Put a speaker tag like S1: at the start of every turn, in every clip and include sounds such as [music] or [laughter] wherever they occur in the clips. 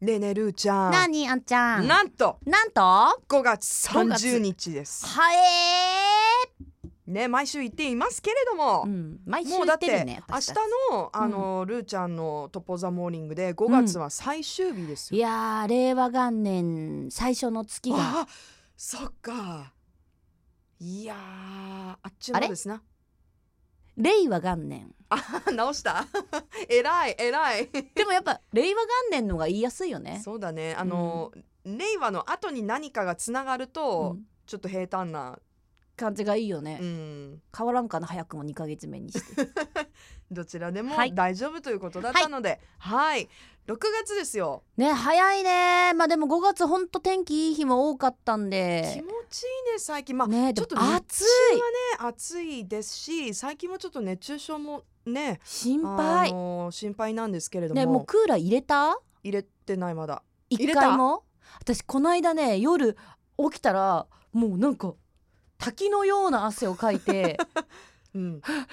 S1: ねえねえるーちゃん
S2: なにあんちゃん。
S1: なんと
S2: なんと。は
S1: 5月
S2: 5月
S1: 30日です
S2: え
S1: ね毎週言っていますけれども
S2: ー。う、ん。毎週
S1: もう
S2: 言
S1: だっ
S2: っててるね。
S1: 明
S2: 私
S1: 日
S2: たち
S1: のあの、ルーちゃんの「トポザモーニング」で5月は最終日です
S2: い
S1: よ、
S2: やー令和元年最初の月が
S1: あそっかいやーあっちの
S2: あれ
S1: ですな
S2: [laughs] 令和元年。
S1: 直した [laughs] 偉い偉い
S2: でもやっぱ令和元年のが言いやすいよね。
S1: そうだねあの、令和の後に何かがつながる
S2: う
S1: と、
S2: ん
S1: ちょっと平坦な、
S2: 感じがいいよね。
S1: うん、
S2: 変わらんかな早くも二ヶ月目にして。
S1: どちらでも
S2: はい
S1: 大丈夫ということだったのではい、6月ですよ
S2: ね早いね。まあでも5月ほんと天気いい日も多かったん
S1: 気
S2: で。
S1: 持ちいいね最近まあ
S2: ね
S1: ちょっと
S2: でも暑い。
S1: ね暑いですし最近もちょっと熱中症もね
S2: 心
S1: あ
S2: 配。
S1: のー心配なんですけれども,、
S2: ねもうクーラー入れた？
S1: 入れてないまだ入
S2: 一
S1: れた
S2: 回も私この間ね夜起きたらもうなんか滝のような汗をかいて
S1: うん
S2: は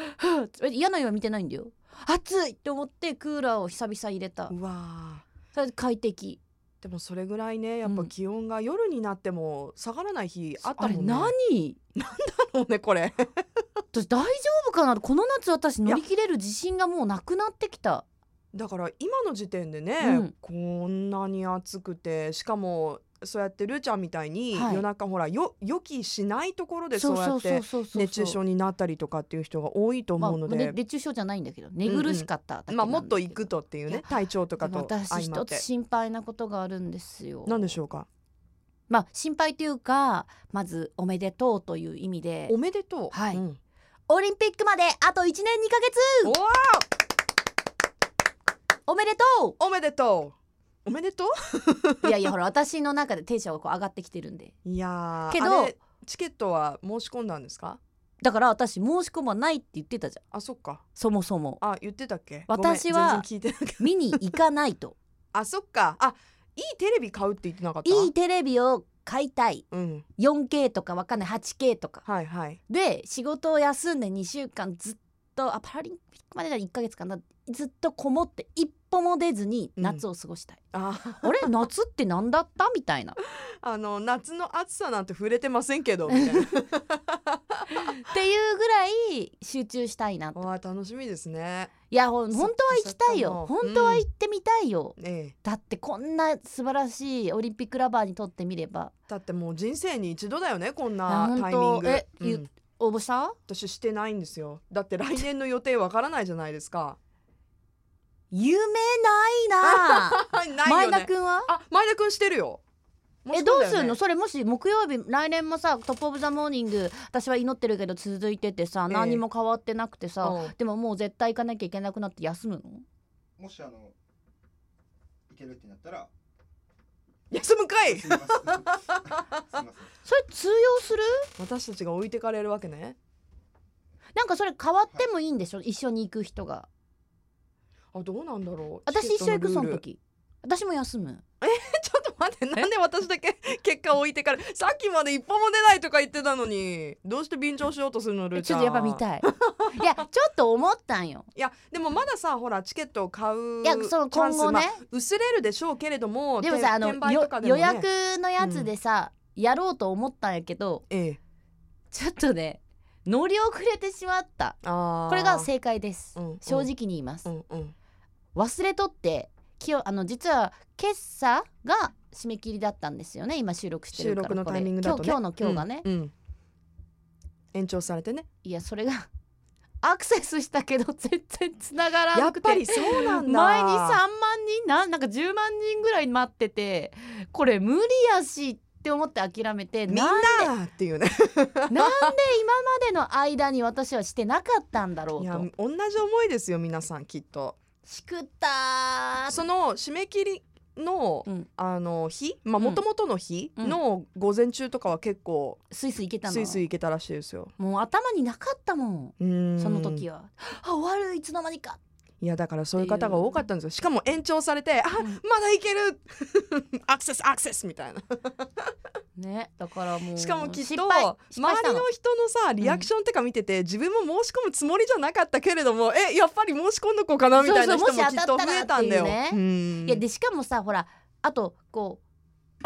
S2: ぁ嫌な夢見てないんだよ暑いって思ってクーラーを久々入れた
S1: うわ
S2: それ快適
S1: ーでもそれぐらいねやっぱ
S2: うん
S1: 気温が夜になっても下がらない日あった
S2: あれ
S1: もんね、なんだ
S2: 何
S1: ろうねこれ
S2: 私大丈夫かなこの夏私乗り切れる自信がもうなくなってきた
S1: だから今の時点でね、
S2: うん
S1: こんなに暑くてしかもそうやってるーちゃんみたいに、
S2: はい
S1: 夜中ほらよ予期しないところでそうやって
S2: そうそう
S1: 熱中症になったりとかっていう人が多いと
S2: まあ
S1: 思うので、
S2: ね熱中症じゃないんだけど寝苦しかっただけ
S1: ま
S2: な
S1: あ、
S2: んだけど
S1: もっと行くとっていう
S2: い
S1: ね
S2: や
S1: 体調とか
S2: でも
S1: と
S2: 私
S1: 相ま
S2: 一
S1: っ
S2: つ
S1: て
S2: 心配なことがあるんですよ
S1: 何でしょうか
S2: まあ心配というかまずおめでとうという意味で
S1: おめでとう
S2: はい
S1: うん
S2: オリンピックまであと1年2ヶ
S1: お
S2: 月
S1: わ
S2: おめでと
S1: おめでとうおめでと
S2: う [laughs] いやいやほら私の中でテンションがこう上がってきてるんで
S1: ういやー
S2: けど
S1: あれチケットは申し込んだんですか
S2: だから私申し込まないって言ってたじゃん
S1: あそっか
S2: そもそも
S1: あ言ってたっけ
S2: 私
S1: ごめん
S2: は
S1: 全然聞いてなかった
S2: 見に行かな
S1: [laughs]
S2: いと
S1: あそっかあいいテレビ買うって言ってなかった
S2: いいテレビを買いたい
S1: うん、
S2: 4K とかわかんない 8K とか
S1: はいはい
S2: で仕事を休んで2週間ずっとあパラリンピックまでだ1ヶ月かなずっとこもって一歩も出ずに夏を過ごしたい、
S1: あ
S2: あれ夏って何だったみたいな
S1: [laughs] あの夏の暑さなんて触れてませんけどみたい
S2: [laughs]
S1: な
S2: っていうぐらい集中したいなと
S1: わあ楽しみですね
S2: いやほん
S1: そっか
S2: 本当は行きたい
S1: そっ
S2: よ
S1: かもう
S2: 本当は行ってみたいよ、
S1: ええ
S2: だってこんな素晴らしいオリンピックラバーにとってみれば
S1: だってもう人生に一度だよねこん
S2: い
S1: な
S2: や
S1: タイミン
S2: 本
S1: グ
S2: 当え
S1: うん
S2: ゆ応募した
S1: 私してないんですよだって来年の予定わからないじゃないですか
S2: 夢ない [laughs] な
S1: [laughs] ないよね
S2: 前田くんは
S1: あ前田くんしてるよ
S2: えどうす
S1: る
S2: んのそれもし木曜日来年もさ「トップ・オブ・ザ・モーニング」私は祈ってるけど続いててさ
S1: ええ
S2: 何も変わってなくてさ、
S1: うん
S2: でももう絶対行かなきゃいけなくなって休むの
S3: もしあのいけるってなったら
S1: 休むかい [laughs]
S3: すみません [laughs] すみません
S2: それ通用する
S1: 私たちが置いてかれるわけね
S2: なんかそれ変わってもいいんでしょ一緒に行く人が
S1: あどうなんだろう
S2: 私一緒行くそ
S1: の
S2: の
S1: 時
S2: 時私も休む
S1: ちょっと待ってなんで私だけ結果置いてかれさっきまで一歩も出ないとか言ってたのにどうして便乗しようとするのルー
S2: ち
S1: ち
S2: ょ
S1: ゃ
S2: っ
S1: ん
S2: とやっぱ見たい [laughs] いやちょっと思ったんよ
S1: いやでもまださほらチケットを買う
S2: いやその
S1: チャン
S2: 今
S1: ス
S2: 後
S1: ま
S2: ね
S1: あ薄れるでしょうけれども
S2: でも
S1: て
S2: さあの
S1: 転売
S2: よ
S1: とかでも
S2: 予
S1: ね
S2: 約のやつでさ、やろうと思ったんやけど
S1: ええ
S2: ちょっとね乗り遅れてしまった
S1: あー
S2: これが正解です、
S1: うんうん
S2: 正直に言います、
S1: うんうん
S2: 忘れとってきよあの実は今朝が締め切りだったんですよね今収録してるから
S1: 収録の
S2: これ
S1: タイミングだとね
S2: 今日今日の今日がね、
S1: うんうん延長されてね
S2: いやそれがアクセスしたけど全然つながら
S1: や
S2: な
S1: っ
S2: くて
S1: ぱりそうなんだ
S2: 前に3万人ななんか10万人ぐらい待っててこれ無理やしって思って諦めて
S1: みん
S2: な
S1: なっていうね
S2: なんで今までの間に私はしてなかったんだろ
S1: いうや
S2: と
S1: 同じ思いですよ皆さんきっと
S2: しくったー
S1: その締め切りの、
S2: うん
S1: あの日まあ
S2: うん
S1: もともとの日
S2: うん
S1: の午前中とかは結構
S2: スイスイ行けたの
S1: スイスイ行けたらしいですよ
S2: もう頭になかったもん
S1: うーん
S2: その時はあ終わるいつの間にか、
S1: いやだからそういう方が多かったんですよしかも延長されてあまだ行ける [laughs] アクセスアクセスみたいな
S2: ねだからもう
S1: しかもきっと
S2: 失
S1: 周
S2: 敗
S1: り
S2: 失
S1: の
S2: 敗したの
S1: 人のさリアクションとか見てて、自分も申し込むつもりじゃなかったけれどもえやっぱり申し込んどこうかなみたいな人も
S2: そう
S1: き
S2: そう
S1: っと
S2: もし
S1: 増えたんだよ
S2: 当たったらっていうね
S1: うん
S2: いやでしかもさほらあとこう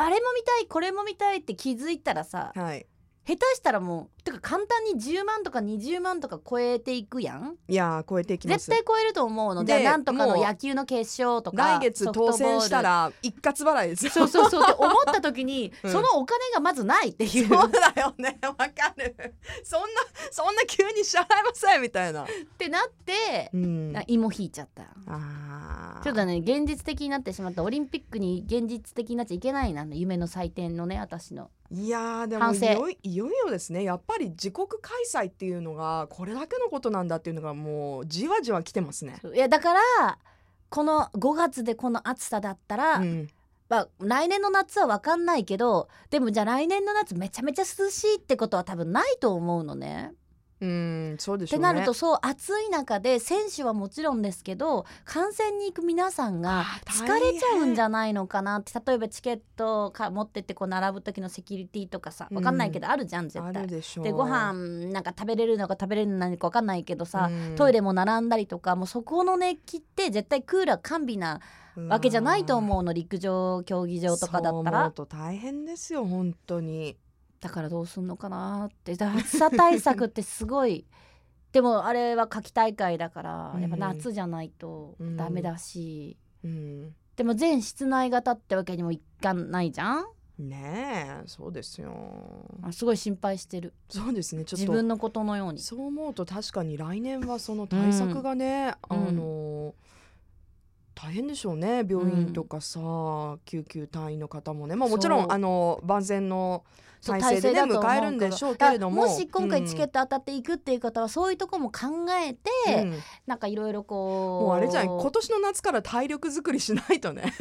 S2: あれも見たいこれも見たいって気づいたらさ
S1: はい
S2: 下手したらもうてか簡単に10万とか20万とか超えていくやん
S1: いやー超えていきま
S2: 絶
S1: す
S2: 対超えると思うので
S1: で
S2: なんとかの
S1: もう
S2: 野球の決勝と
S1: 来
S2: か
S1: 月
S2: ソフトボー
S1: 当
S2: ル
S1: 選したら一括払いですよ
S2: そうそうそうって思った時に、
S1: [laughs] うん
S2: そのお金がまずないっていう
S1: そう
S2: っ
S1: だよねわかるそんなそんな急に支払いませんみたいな
S2: てなって
S1: う、ん
S2: な芋引いちゃった
S1: あー
S2: ちょっとね現実的になってしまったオリンピックに現実的になっちゃいけないな夢の祭典のね私の
S1: いやーでも
S2: 反
S1: い
S2: 省
S1: よいいよいよですねやっぱり自国開催っていうのがこれだけのことなんだっていうのがもうじわじわ来てますね。
S2: いやだからこの5月でこの暑さだったら、
S1: うん、
S2: まあ、来年の夏は分かんないけどでもじゃあ来年の夏めちゃめちゃ涼しいってことは多分ないと思うのね。
S1: うん、そうで
S2: っ
S1: しょ
S2: て
S1: うね。
S2: なるとそう暑い中で選手はもちろんですけど観戦に行く皆さんが
S1: あー
S2: 疲
S1: 大変
S2: れちゃうんじゃないのかなって例えばチケットか持ってってこう並ぶ時のセキュリティとかさ分かんないけどあるじゃん絶
S1: あ
S2: 対
S1: る。でしょう。
S2: でご飯なんか食べれるのか食べれないのか分かんないけどさ、
S1: うん
S2: トイレも並んだりとかもうそこの熱気って絶対クーラー完備なわけじゃないと思うの陸上競技
S1: うん
S2: 場とかだった
S1: そう思
S2: ら
S1: うと大変ですよ本当に。
S2: だからどうすんのかなってだから暑さ対策ってすごい [laughs] でもあれは夏季大会だから
S1: うん
S2: やっぱ夏じゃないと
S1: うん
S2: ダメだし、
S1: うん、
S2: でも全室内型ってわけにもいかないじゃん
S1: ねえそうですよ。
S2: あすごい心配してる
S1: そうですねちょっと
S2: 自分のことのように
S1: そう思うと確かに来年はその対策がね、
S2: うん
S1: あの大変でしょうね病院とかさ、救急隊員の方もね、まあ、
S2: そう
S1: もちろんあの万全の
S2: そう
S1: 体制でね
S2: 体制だと思うから
S1: 迎えるんでしょうけれども
S2: だからもし今
S1: う
S2: 回
S1: ん
S2: チケット当たっていくっていう方はそういうとこも考えて、
S1: うん
S2: なんかいろいろこう
S1: もうあれじゃん今年の夏から体力作りしないと
S2: [laughs]
S1: ね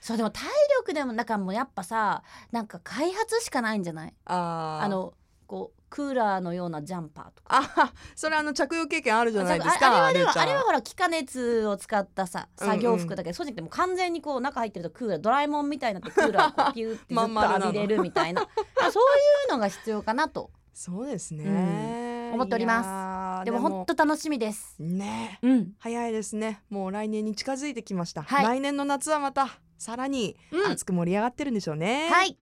S2: そうでも体力でもなんかもうやっぱさなんか開発しかないんじゃない
S1: あー
S2: あのこうクーラーのようなジャンパーとか。
S1: あそれあの着用経験あるじゃないです
S2: あ
S1: か
S2: あれはでもあれは
S1: は
S2: ほら気化熱を使ったさ
S1: うんうん
S2: 作業服だけど、そうじゃなくてもう完全にこう中入ってるとクーラードラえもんみたいになってクーラーをこうピューってず
S1: まん丸
S2: っ
S1: なの
S2: と浴びれるみたいなあそういうのが必要かなと
S1: そうですね、
S2: うん思っております
S1: ます
S2: でも本当楽しみです。
S1: ねえ
S2: うん、
S1: 早いですねもう来年に近づいてきました、
S2: はい
S1: 来年の夏はまたさらに
S2: うん
S1: 熱く盛り上がってるんでしょうね、
S2: はい